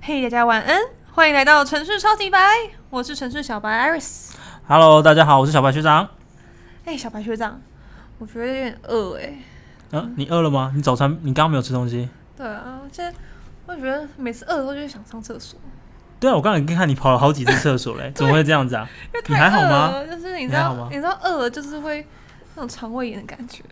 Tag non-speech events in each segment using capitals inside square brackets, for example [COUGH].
嘿、大家晚安，欢迎来到城市超级白，我是城市小白 Iris。 Hello，大家好，我是小白学长。哎、小白学长，我觉得有点饿哎、嗯、你饿了吗？你早餐你刚刚没有吃东西？对啊，现在我觉得每次饿的时候就想上厕所，对啊，我刚才看你跑了好几次厕所嘞， [LAUGHS] 怎么会这样子啊？因为你太还好饿吗了，就是你知你还道好吗你知道饿了就是会那种肠胃炎的感觉，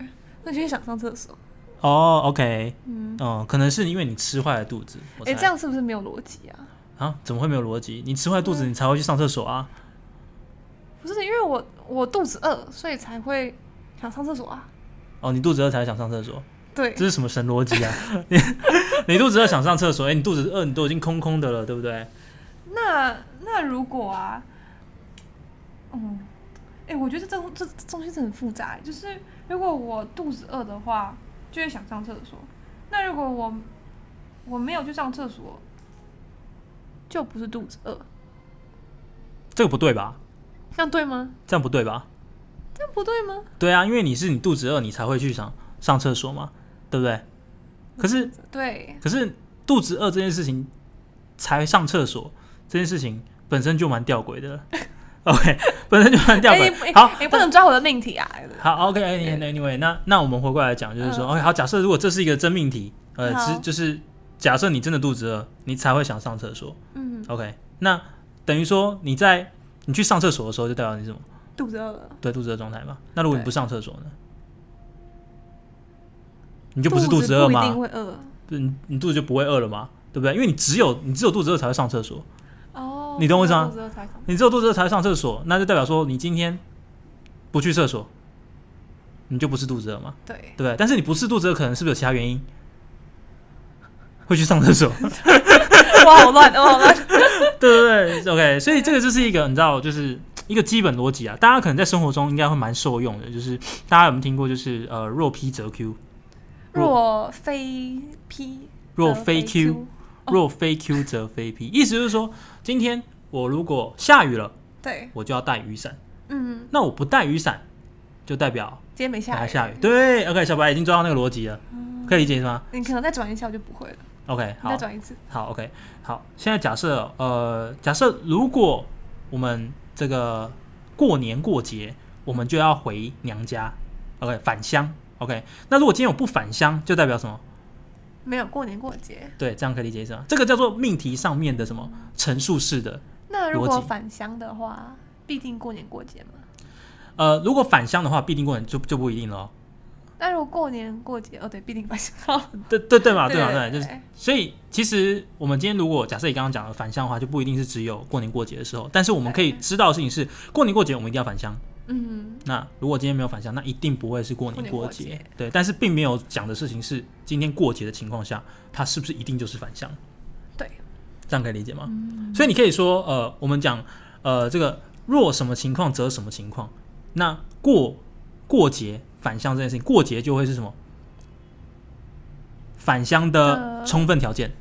那就会想上厕所。哦、o k 嗯，嗯，可能是因为你吃坏了肚子。我哎、猜这样是不是没有逻辑啊？啊，怎么会没有逻辑？你吃坏肚子，嗯你才会去上厕所啊。不是，因为我我肚子饿，所以才会想上厕所啊。哦，你肚子饿才想上 [LAUGHS] 厕所，对这，是什么神逻辑啊？ [LAUGHS] 你你肚子饿想上厕所，哎、你肚子饿，你都已经空空的了，对不对？那那如果啊，嗯，哎、我觉得这东这这东西是很复杂欸。就是如果我肚子饿的话，就会想上厕所；那如果我我没有去上厕所，就不是肚子饿，这个不对吧？这样对吗？这样不对吧？这样不对吗？对啊，因为你是你肚子饿，你才会去上上厕所嘛，对不对？可是对，可是肚子饿这件事情才上厕所这件事情本身就蛮吊诡的了 [LAUGHS] ，OK，本身就蛮吊哎你诡。你好，你不能抓我的命题啊！好，OK，anyway，、那那我们回过来讲，就是说、o k 好，假设如果这是一个真命题，呃，嗯好只就是假设你真的肚子饿，你才会想上厕所嗯， ，OK，那等于说你在你去上厕所的时候就代表你什么？肚子饿了，对，肚子的状态嘛。那如果你对不上厕所呢？你就不是肚肚子饿不一吗？定会饿对你你肚子就不会饿了嘛，对不对？因为你只有你只有肚子饿才会上厕所，哦。你懂我意思吗肚子饿才上你只有肚子饿才会上厕所，那就代表说你今天不去厕所，你就不是肚子饿嘛，对 [LAUGHS] 对，不对？但是你不是肚子饿，可能是不是有其他原因会去上厕 [LAUGHS] 所？哇，好乱，哦，好乱。 [LAUGHS] 对对对，OK，所以这个就是一个你知道，就是一个基本逻辑啊，大家可能在生活中应该会蛮受用的，就是大家有没有听过，就是呃若 P 则 Q，若非 P，若则非 Q。若哦非 Q 则非 P，意思就是说，今天我如果下雨了，对，我就要带雨伞。嗯，那我不带雨伞，就代表今天没下还雨，嗯下雨。对，OK，小白已经抓到那个逻辑了，可以理解是吗你可能再转一下我就不会了， ？OK，你好再，转一次，好，OK，好。现在假设，呃，假设如果我们这个过年过节，我们就要回娘家，OK，返乡，OK。那如果今天我不返乡，就代表什么？没有过年过节。对，这样可以理解是吗？这个叫做命题上面的什么嗯陈述式的。那如果逻辑返乡的话，必定过年过节嘛。呃，如果返乡的话，必定过年就就不一定了哦。那如果过年过节，哦对，必定返乡。 [LAUGHS] 好对对对啊嘛，对嘛，对对，就是所以，其实我们今天如果假设你刚刚讲的返乡的话，就不一定是只有过年过节的时候，但是我们可以知道的事情是，过年过节我们一定要返乡。嗯，那如果今天没有返乡，那一定不会是过年过过年节过。对，但是并没有讲的事情是，今天过节的情况下，它是不是一定就是返乡？对，嗯这样可以理解吗？所以你可以说，呃，我们讲，呃，这个若什么情况则什么情况。那过过节返乡这件事情，过节就会是什么？返乡的呃充分条件。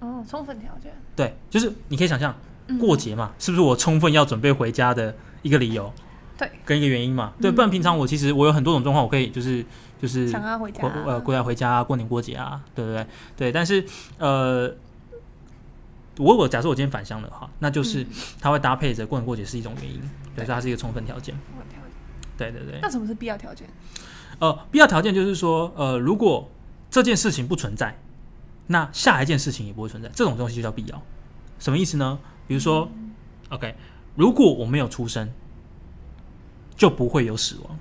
哦，充分条件。对，就是你可以想象嗯过节嘛，是不是我充分要准备回家的一个理由对，嗯跟一个原因嘛？对，不然平常我其实我有很多种状况，我可以就是就是想要回家嗯过，呃过来回家啊过年过节啊，对不对？对，但是呃，我我假设我今天返乡的话，那嗯就是它会搭配着过年过节是一种原因，对，所以它是一个充分条件。充分条件。对对对，那什么是必要条件？呃，必要条件就是说，呃，如果这件事情不存在，那下一件事情也不会存在，这种东西就叫必要。什么意思呢？比如说、o 嗯 k 如果我没有出生，就不会有死亡，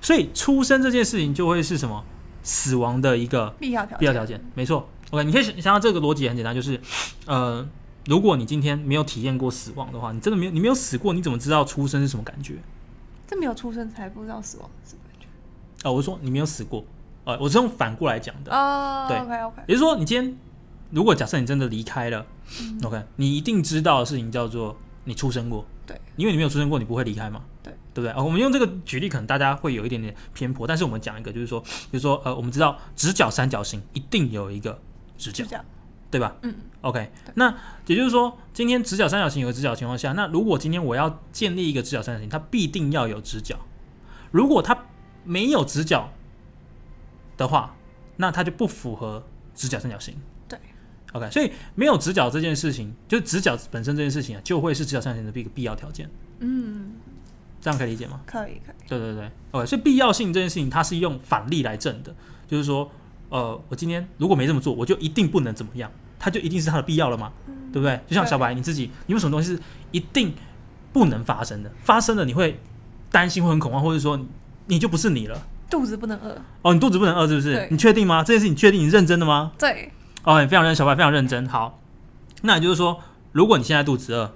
所以出生这件事情就会是什么死亡的一个必要条必要件。条件，没错。OK，你可以想想到这个逻辑也很简单，就是，呃，如果你今天没有体验过死亡的话，你真的没有，你没有死过，你怎么知道出生是什么感觉？这没有出生才不知道死亡是什么感觉。啊、我是说你没有死过，呃，我是用反过来讲的，哦啊对，OK OK。也就是说，你今天如果假设你真的离开了、o k 你一定知道的事情叫做你出生过，对，因为你没有出生过，你不会离开嘛，对，对不对？哦，我们用这个举例，可能大家会有一点点偏颇，但是我们讲一个，就是说，比如说，呃，我们知道直角三角形一定有一个直角就，这样。对吧？嗯，OK，那也就是说，今天直角三角形有个直角的情况下，那如果今天我要建立一个直角三角形，它必定要有直角。如果它没有直角的话，那它就不符合直角三角形。对 OK，所以没有直角这件事情，就是直角本身这件事情啊，就会是直角三角形的一个必要条件，嗯，这样可以理解吗？可以可以，对对对，OK，所以必要性这件事情，它是用反例来证的，就是说，呃，我今天如果没这么做，我就一定不能怎么样，它就一定是它的必要了吗？嗯对不对？就像对小白你自己，你有什么东西是一定不能发生的？发生了你会担心，会很恐慌，或者说你就不是你了。肚子不能饿，哦，你肚子不能饿，是不是对？你确定吗？这件事你确定？你认真的吗？对，哦，你非常认真，小白非常认真。好，那也就是说，如果你现在肚子饿，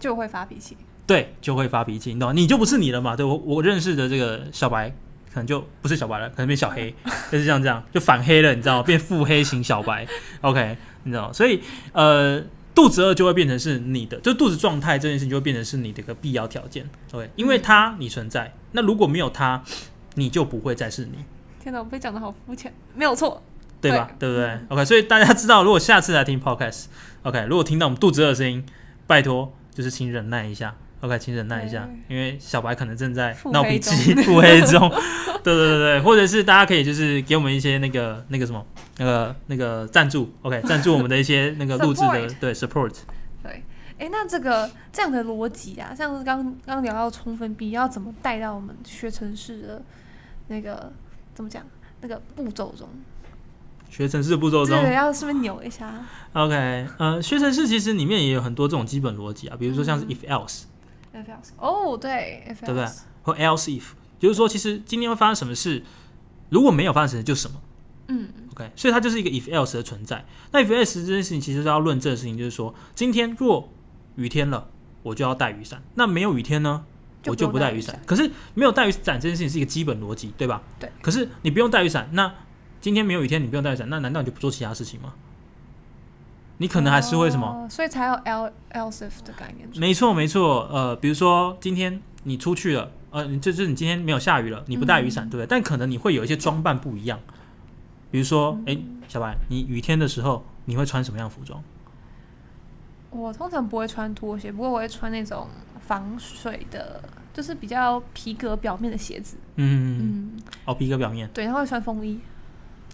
就会发脾气，对，就会发脾气，你懂吗？你就不是你了嘛？对我我认识的这个小白，可能就不是小白了，可能变小黑，就是这样这样，就反黑了，你知道吗？变腹黑型小白，OK，你知道吗？所以呃，肚子饿就会变成是你的，就肚子状态这件事情就会变成是你的一个必要条件，OK，因为它你存在，那如果没有它，你就不会再是你。天哪，我被讲的好肤浅，没有错，对吧？对不对？OK，所以大家知道，如果下次来听 Podcast，OK，、如果听到我们肚子饿的声音，拜托就是请忍耐一下，OK，请忍耐一下，因为小白可能正在腹闹黑脾气、 [LAUGHS] 腹黑中。对对对对，或者是大家可以就是给我们一些那个那个什么那个那个赞助，OK，赞助我们的一 [LAUGHS] 些那个录制的 Support 对 support。对。哎，那这个这样的逻辑啊，像是刚刚聊到充分比，要怎么带到我们学城市的那个怎么讲那个步骤中？学程式步骤中这个要顺便扭一下， ，OK，呃，学程式其实里面也有很多这种基本逻辑啊，比如说像是嗯 if else， F L 哦，对，F 对不 L 对或 else if，就是说其实今天会发生什么事，如果没有发生什么就什么。嗯 OK，所以它就是一个 if else 的存在。那 if else 这件事情其实是要论证的事情，就是说，今天若雨天了，我就要带雨伞；那没有雨天呢，就我不用就不带雨伞。可是没有带雨伞这件事情是一个基本逻辑，对吧？对。可是你不用带雨伞，那今天没有雨天，你不用带雨伞，那难道你就不做其他事情吗？你可能还是会什么？哦所以才有 L L S F 的概念出来。没错，没错。呃，比如说今天你出去了，呃，你就是你今天没有下雨了，你不带雨伞，对不对？但可能你会有一些装扮不一样，比如说，哎、小白，你雨天的时候你会穿什么样的服装？我通常不会穿拖鞋，不过我会穿那种防水的，就是比较皮革表面的鞋子。嗯，嗯，哦，皮革表面。对，然后会穿风衣，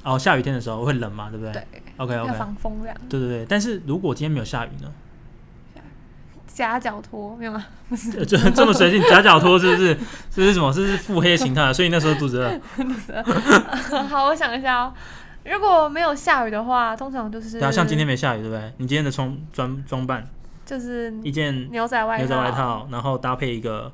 哦，下雨天的时候会冷嘛，对不对？对， OK 要 OK。防风这样。对对对，但是如果今天没有下雨呢？夹脚拖没有吗？呃就这么随性，夹脚拖是不是？ [LAUGHS] 这是什么？这是腹黑形态，所以那时候肚子饿。好，我想一下哦。如果没有下雨的话，通常就是对啊，像今天没下雨，对不对？你今天的装装装扮，就是一件牛仔外牛仔外，套，然后搭配一个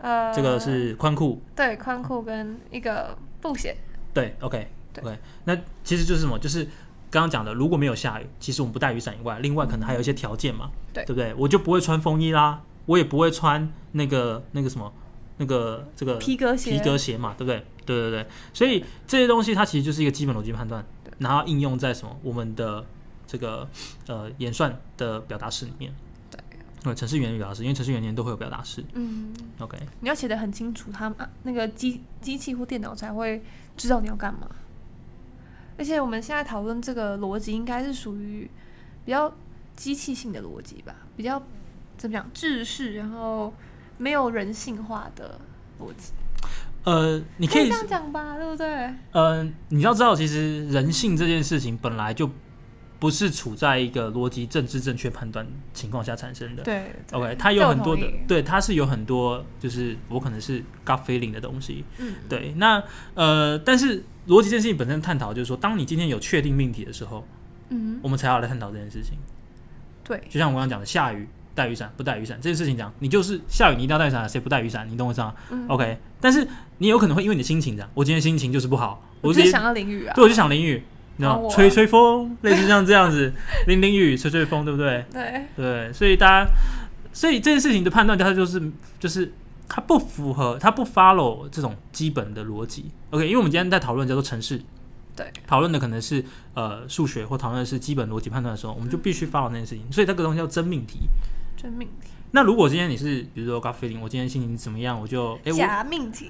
呃，这个是宽裤，对宽裤跟一个布鞋，对，OK，对 o k 那其实就是什么？就是刚刚讲的，如果没有下雨，其实我们不带雨伞以外，另外可能还有一些条件嘛，嗯对对不对？我就不会穿风衣啦，我也不会穿那个那个什么那个这个皮革鞋，皮革鞋嘛，对不对？对对对，所以这些东西它其实就是一个基本逻辑判断，然后应用在什么我们的这个呃演算的表达式里面，对，呃，程式语言的表达式，因为程式语言里面都会有表达式嗯， ，OK，你要写的很清楚，他们啊那个机机器或电脑才会知道你要干嘛。而且我们现在讨论这个逻辑，应该是属于比较机器性的逻辑吧，比较怎么讲制式，然后没有人性化的逻辑，呃，你可可以以这样讲吧，对不对？嗯，你要知道，其实人性这件事情本来就不是处在一个逻辑政治正确判断情况下产生的。对 OK，它有很多的这我同意，对，它是有很多，就是我可能是 gut feeling 的东西。嗯，对，那呃，但是逻辑这件事情本身探讨，就是说，当你今天有确定命题的时候，嗯，我们才要来探讨这件事情。对，就像我刚刚讲的，下雨带雨伞不带雨伞这件事情讲，你就是下雨你一定要带雨伞，谁不带雨伞，你懂我意思吗、嗯 o k 但是你有可能会因为你的心情这样，我今天心情就是不好，我只直接是想要淋雨啊对，，我就想淋雨，你知道帮我啊吗，吹吹风，类似像这 [LAUGHS] 样子，淋淋雨，吹吹风，对不对？对，对，所以大家，所以这件事情的判断，它就是就是它不符合，它不 follow 这种基本的逻辑。OK，因为我们今天在讨论叫做城市，对，讨论的可能是呃数学或讨论的是基本逻辑判断的时候，我们就必须 follow 那件事情。所以这个东西叫真命题。真命题，那如果今天你是比如说 g o feeling，我今天心情怎么样，我就哎我假命题，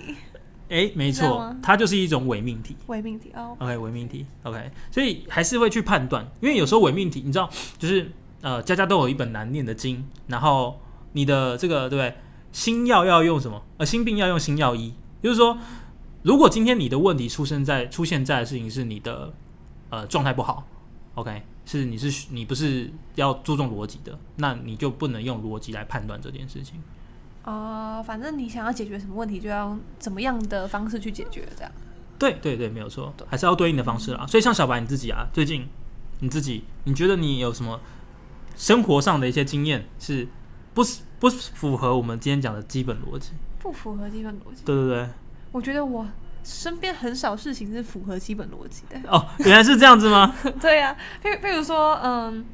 哎没知道错吗，它就是一种伪命题。伪命题哦， OK，伪命题。OK，所以还是会去判断，因为有时候伪命题，你知道， [SNIFFS] 就是呃，家家都有一本难念的经，然后你的这个对不对？心药要用什么？呃，心病要用心药医，就是说，如果今天你的问题出生在出现在的事情是你的呃状态不好， ，OK，是你是你不是要注重逻辑的，那你就不能用逻辑来判断这件事情。哦、反正你想要解决什么问题，就要用怎么样的方式去解决，这样。对对对，没有错对，嗯还是要对应的方式啦。所以像小白你自己啊，最近你自己，你觉得你有什么生活上的一些经验是不是不符合我们今天讲的基本逻辑？不符合基本逻辑，对对对，我觉得我身边很少事情是符合基本逻辑的。 [LAUGHS] 哦，原来是这样子吗？ [LAUGHS] 对呀、譬譬如说，嗯，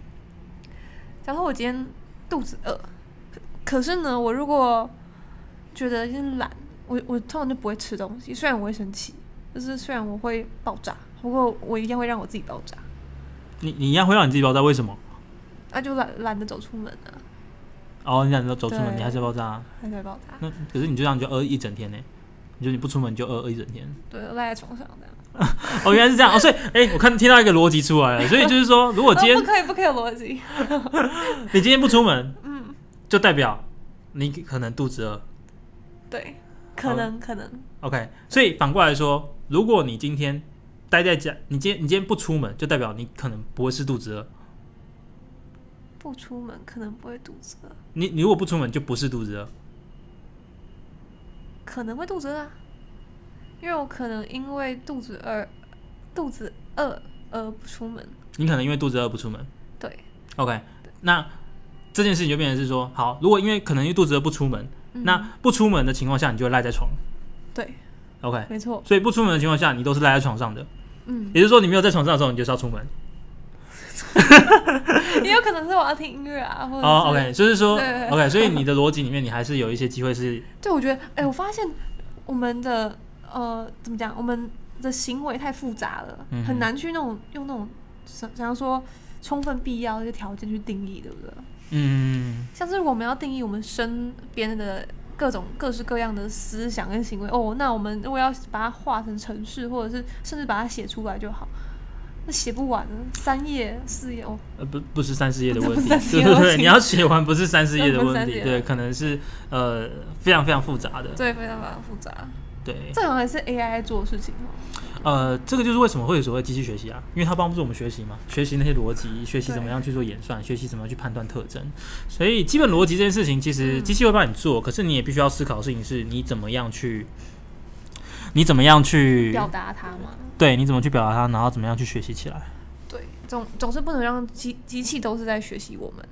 假如说我今天肚子饿，可可是呢，我如果觉得有点懒，我我通常就不会吃东西。虽然我会生气，就是虽然我会爆炸，不过我一定会让我自己爆炸。你你一样会让你自己爆炸，为什么？那、啊就懒懒得走出门啊，哦，你想走出门，对你还是爆炸、啊？还是会爆炸，那可是你就这样就饿一整天呢、你就你不出门就饿饿一整天。对，赖在床上这样。哦，原来是这样哦，所以哎、我看听到一个逻辑出来了，所以就是说，如果今天 [LAUGHS] 哦、不可以，不可以有逻辑。你今天不出门，嗯，就代表你可能肚子饿。对，可能可能 OK，所以反过来说，如果你今天待在家，你今天你今天不出门，就代表你可能不会是肚子饿。不出门可能不会肚子饿，你你如果不出门，就不是肚子饿。可能会肚子饿啊，因为我可能因为肚子饿，肚子饿而不出门。你可能因为肚子饿不出门。对， OK，那这件事情就变成是说，好，如果因为可能因为肚子饿不出门，嗯那不出门的情况下，你就会赖在床。对， OK，没错，所以不出门的情况下，你都是赖在床上的。嗯，也就是说，你没有在床上的时候，你就是要出门。也有可能是我要听音乐啊，或者是、哦、o k 就是说对对对，OK，所以你的逻辑里面，你还是有一些机会是，对，我觉得，哎、我发现我们的呃，怎么讲，我们的行为太复杂了，嗯哼很难去那种用那种想想要说充分必要的一个条件去定义，对不对？嗯，像是我们要定义我们身边的各种各式各样的思想跟行为，哦，那我们如果要把它画成程式，或者是甚至把它写出来就好，那写不完，三页四页哦，呃，不，不是三四页的问不题，是三四对页对的对，问题你要写完不是三四页的不是问三四题，页对，可能是呃非常非常复杂的，对，非常非常复杂。对，这好像是 AI 在做的事情哦。呃，这个就是为什么会有所谓机器学习啊，因为它帮助我们学习嘛，学习那些逻辑，学习怎么样去做演算，学习怎么样去判断特征，所以基本逻辑这件事情，其实嗯机器会帮你做，可是你也必须要思考的事情是你怎么样去，你怎么样去表达它嘛，对，你怎么去表达它，然后怎么样去学习起来。对，总总是不能让机机器都是在学习我们，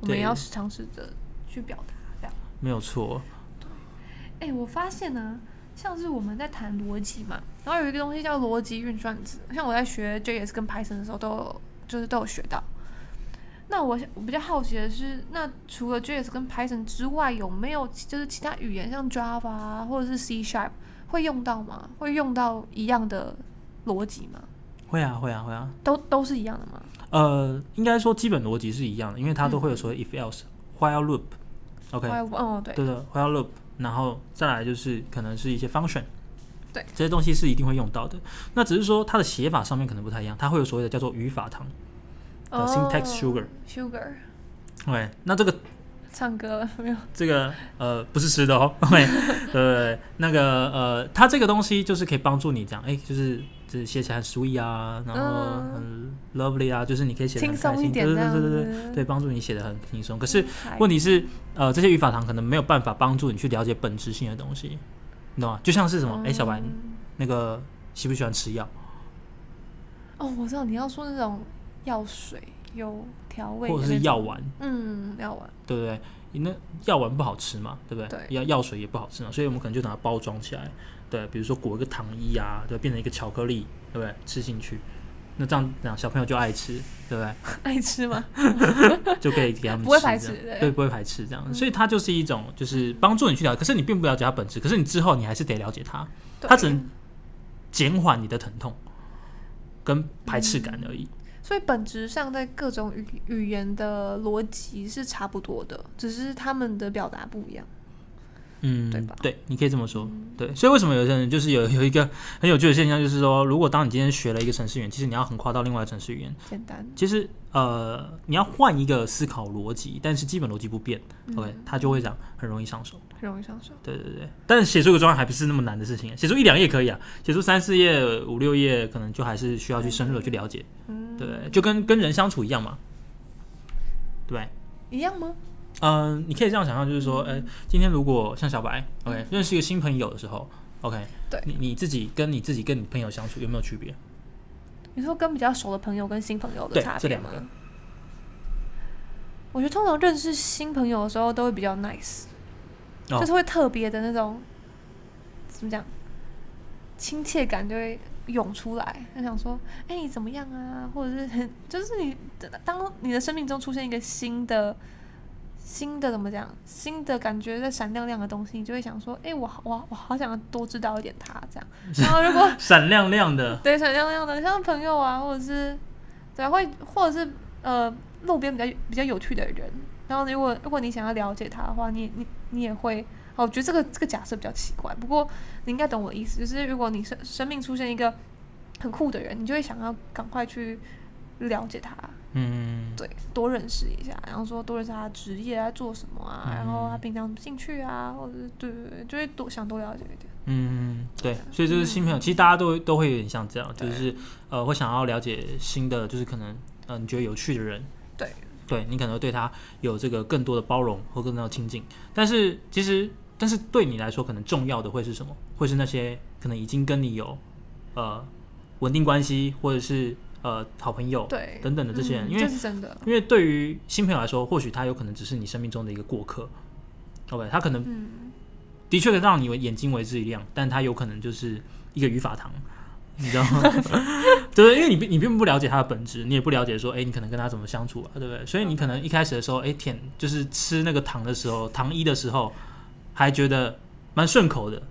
我们对也要尝试着去表达这样。没有错，哎、我发现呢、像是我们在谈逻辑嘛，然后有一个东西叫逻辑运算子，像我在学 JS 跟 Python 的时候都有，就是都有学到。那我想我比较好奇的是，那除了 JS 跟 Python 之外，有没有其就是其他语言，像 Java 啊，或者是 C Sharp 会用到吗？会用到一样的逻辑吗？会啊，会啊，会啊。都都是一样的吗？呃，应该说基本逻辑是一样的，因为它都嗯会有所谓 if else、while loop。OK，还有哦，对，对的，while loop，然后再来就是可能是一些 function，对，这些东西是一定会用到的。那只是说它的写法上面可能不太一样，它会有所谓的叫做语法糖。呃哦 syntax sugar sugar 对，那这个唱歌了没有？这个呃不是吃的哦， [LAUGHS] 对对对，那个呃，它这个东西就是可以帮助你这样，哎，就是就是写起来很 sweet 啊，然后很 lovely 啊，就是你可以写的嗯轻很开松一心，对点对这样对对子对，。对，帮助你写的很轻松。可是嗨问题是，呃，这些语法堂可能没有办法帮助你去了解本质性的东西，你懂吗？就像是什么？哎、小白，嗯那个喜不喜欢吃药？哦，我知道你要说那种药水有调味，或者是药，丸，嗯，药丸， [LAUGHS] 对不对？你那药丸不好吃嘛，对不对？对药药水也不好吃嘛，所以我们可能就拿它包装起来，对，比如说裹一个糖衣啊，对，变成一个巧克力，对不对？吃进去，那这样这样小朋友就爱吃，对不对？爱吃吗？就可以给他 [LAUGHS] 们不会吃排这斥嗯对样对，不会排斥这样，所以它就是一种就是帮助你去了解，可是你并不了解它本质，可是你之后你还是得了解它，对它只能减缓你的疼痛跟排斥感而已。 [LAUGHS] 所以本质上在各种语语言的逻辑是差不多的，只是他们的表达不一样。嗯，对吧你可以这么说。对，所以为什么有些人就是有 [LAUGHS] 有一个很有趣的现象，就是说，如果当你今天学了一个程式语言，其实你要横跨到另外一个程式语言，简单，其实呃，你要换一个思考逻辑，但是基本逻辑不变、o k 它就会讲很容易上手。很容易上手。对对对，但是写出一个专案还不是那么难的事情，写出一两页可以啊，写出三四页、五六页可能就还是需要去深入的去了解，嗯对不对？就跟跟人相处一样嘛，对不对。一样吗？嗯、你可以这样想象，就是说，呃，今天如果像小白，OK，认识一个新朋友的时候，OK，对你你自己跟你自己跟你朋友相处有没有区别？你说跟比较熟的朋友跟新朋友的对差，这别两吗？个，我觉得通常认识新朋友的时候都会比较 nice，、哦就是会特别的那种怎么讲，亲切感就会涌出来。他想说，哎、你怎么样啊？或者是很，就是你当你的生命中出现一个新的。新的怎么讲？新的感觉在闪亮亮的东西，你就会想说，哎、我好我好我好想要多知道一点他 [LAUGHS] 这样。然后如果闪亮亮的，对，闪亮亮的，像朋友啊，或者是对啊，会或者是呃路边比较比较有趣的人。然后如果如果你想要了解他的话，你你你也会，哦，我觉得这个这个假设比较奇怪，不过你应该懂我的意思，就是如果你生生命出现一个很酷的人，你就会想要赶快去了解他，嗯，对，多认识一下，然后说多认识他的职业啊，做什么啊，然后他嗯平常兴趣啊，或者是对对对，就会多想多了解一点。嗯，对，所以就是新朋友，其实大家都都会有点像这样，就是呃，会想要了解新的，就是可能呃，你觉得有趣的人，对，对你可能会对他有这个更多的包容或更多的亲近，但是其实，但是对你来说，可能重要的会是什么？会是那些可能已经跟你有呃稳定关系，或者是呃好朋友对，等等的这些人，嗯因为这是真的，因为对于新朋友来说，或许他有可能只是你生命中的一个过客。OK，他可能的确让你眼睛为之一亮，但他有可能就是一个语法堂，你知道吗？ [LAUGHS] 就是因为你并你并不了解他的本质，你也不了解说，哎、你可能跟他怎么相处啊，对不对？所以你可能一开始的时候，哎、舔就是吃那个糖的时候，糖衣的时候，还觉得蛮顺口的。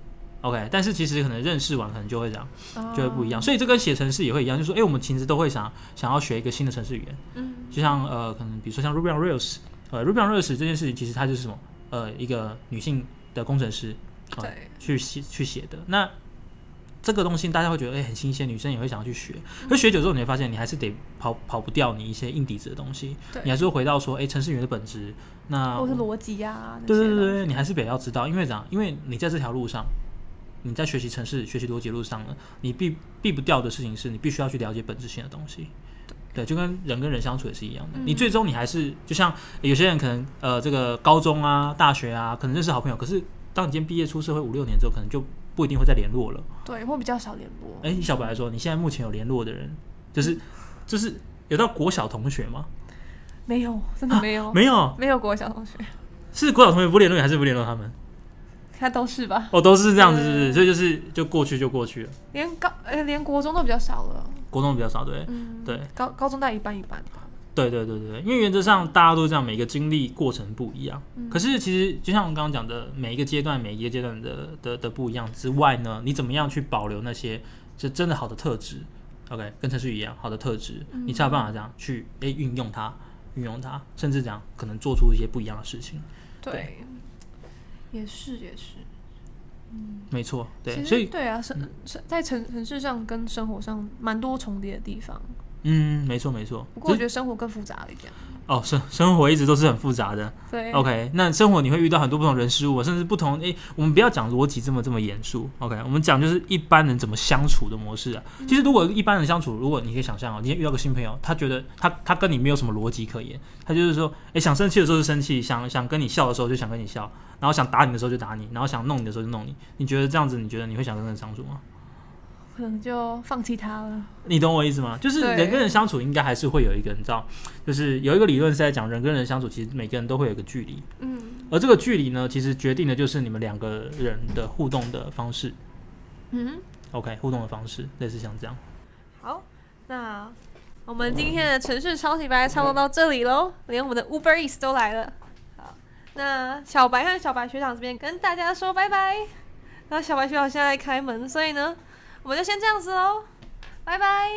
OK，但是其实可能认识完，可能就会这样，就会不哦啊一样。所以这跟写程式也会一样，就是说，哎、我们其实都会想想要学一个新的程式语言。嗯，就像呃，可能比如说像 Ruby on Rails，呃，Ruby on Rails 这件事情其实它就是什么呃，一个女性的工程师啊对。去写去写的。那这个东西大家会觉得哎、很新鲜，女生也会想要去学。可是学久之后，你会发现你还是得跑跑不掉你一些硬底子的东西对，你还是会回到说哎、程序员的本质。那或哦是逻辑啊，对那对些对的对，你还是得要知道，因为怎样？因为你在这条路上，你在学习城市、学习逻辑路上呢，你避避不掉的事情是你必须要去了解本质性的东西。对，就跟人跟人相处也是一样的。嗯你最终你还是就像有些人可能呃，这个高中啊、大学啊，可能认识好朋友，可是当你今天毕业出社会五六年之后，可能就不一定会再联络了。对，或比较少联络。哎，以小白来说，你现在目前有联络的人，就是就是有到国小同学吗？没有，真的没有，啊没有，没有国小同学，是国小同学不联络你，还是不联络他们？他都是吧？哦，都是这样子，对是不是？所以就是就过去就过去了。连高呃连国中都比较少了，国中比较少，对，嗯，对，高高中大概一半一半吧。对对对对，因为原则上大家都这样，每个经历过程不一样。嗯可是其实就像我刚刚讲的，每一个阶段、每一个阶段的的的不一样之外呢，你怎么样去保留那些就真的好的特质？OK，跟程序一样，好的特质，嗯你才有办法这样去诶运用它，运用它，甚至讲可能做出一些不一样的事情。对，也是也是。没错，其对，实所以嗯对啊，生生在城城市上跟生活上蛮多重叠的地方。嗯，没错没错。不过我觉得生活更复杂了一点。哦，生生活一直都是很复杂的。对 OK，那生活你会遇到很多不同人事物，甚至不同诶、我们不要讲逻辑这么这么严肃。OK，我们讲就是一般人怎么相处的模式啊。其实如果一般人相处，如果你可以想象哦，今天遇到个新朋友，他觉得他他跟你没有什么逻辑可言，他就是说，诶、想生气的时候就生气，想想跟你笑的时候就想跟你笑，然后想打你的时候就打你，然后想弄你的时候就弄你。你觉得这样子，你觉得你会想跟人相处吗？可能就放弃他了。你懂我意思吗？就是对人跟人相处，应该还是会有一个，你知道，就是有一个理论是在讲人跟人相处，其实每个人都会有一个距离。嗯而这个距离呢，其实决定的就是你们两个人的互动的方式。嗯， OK，互动的方式类似像这样。好，那我们今天的城市超级白差不多到这里喽，连我们的 Uber Eats 都来了。好，那小白和小白学长这边跟大家说拜拜。那小白学长现在开门，所以呢，我们就先这样子喽，拜拜。